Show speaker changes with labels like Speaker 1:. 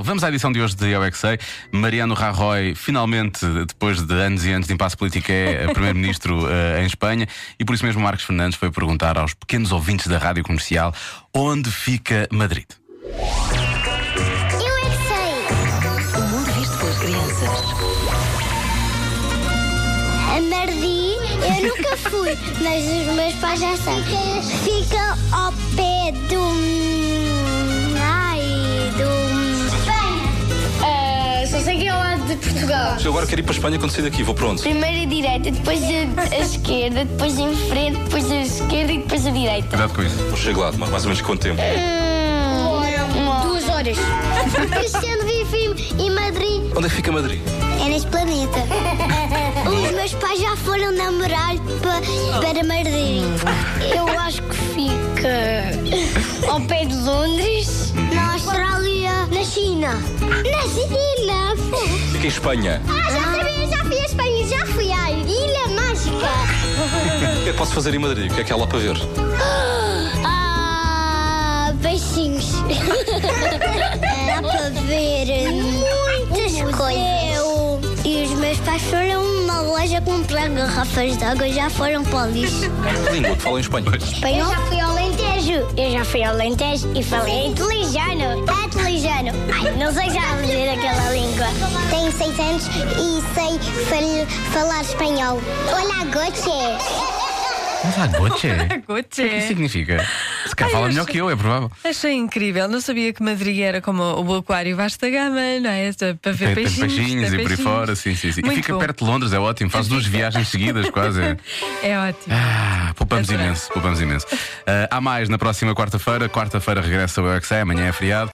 Speaker 1: Vamos à edição de hoje de Eu é Que Sei. Mariano Rajoy, finalmente, depois de anos e anos de impasse político, é primeiro-ministro eh, em Espanha. E por isso mesmo, Marcos Fernandes foi perguntar aos pequenos ouvintes da rádio comercial onde fica Madrid.
Speaker 2: Eu é que sei!
Speaker 3: O mundo visto pelas crianças.
Speaker 2: A Mardi eu nunca fui, mas os meus pais já sabem. Fica ao pé do. Ai, um, do.
Speaker 4: Ah, só sei que é ao lado de Portugal.
Speaker 5: Eu agora quero ir para a Espanha quando sair daqui, vou para onde?
Speaker 4: Primeiro a direita, depois a, a esquerda, depois em frente, depois a esquerda e depois a direita.
Speaker 1: Cuidado com isso.
Speaker 5: Não chego lá, mais mais ou menos quanto tempo?
Speaker 4: Duas horas.
Speaker 2: Cristiano vive em Madrid.
Speaker 5: Onde é que fica Madrid?
Speaker 2: É neste planeta. os meus pais já foram namorar pa, para Madrid.
Speaker 4: Eu acho que fica ao pé de Londres.
Speaker 2: Na Austrália. Na China. Na China!
Speaker 5: Fica em Espanha.
Speaker 2: Ah, já sabia, já fui a Espanha, já fui à Ilha Mágica.
Speaker 5: O que é que posso fazer em Madrid? O que é que há lá para ver?
Speaker 2: Ah, beijinhos. Dá para ver É muitas coisas. E os meus pais foram a uma loja comprar garrafas de água e já foram para o lixo.
Speaker 5: Que língua que fala em Espanha?
Speaker 2: Eu já fui ao Alentejo. Eu já fui ao Alentejo e falei intelejano. É intelejano. Ai, não sei já dizer aquela língua. Tenho seis anos e sei falar espanhol. Olá, goches.
Speaker 1: Mas há goche? O que
Speaker 6: Gote.
Speaker 1: significa? Se calhar
Speaker 6: é? Ai,
Speaker 1: fala
Speaker 6: eu
Speaker 1: melhor
Speaker 6: sei.
Speaker 1: que eu, é provável.
Speaker 6: Achei incrível, não sabia que Madrid era como o Aquário Vasta Gama, não é? Esta- Para
Speaker 1: Tem-
Speaker 6: ver
Speaker 1: tem
Speaker 6: peixinhos,
Speaker 1: peixinhos
Speaker 6: tem
Speaker 1: e por aí
Speaker 6: peixinhos.
Speaker 1: fora, sim, sim, sim. E
Speaker 6: Muito
Speaker 1: fica
Speaker 6: bom.
Speaker 1: perto de Londres, é ótimo. Faz duas viagens seguidas, quase. é-
Speaker 6: É ótimo.
Speaker 1: Ah, poupamos
Speaker 6: Adorei.
Speaker 1: imenso, poupamos imenso. Ah, há mais na próxima quarta-feira. Quarta-feira regressa o UXA, amanhã é feriado.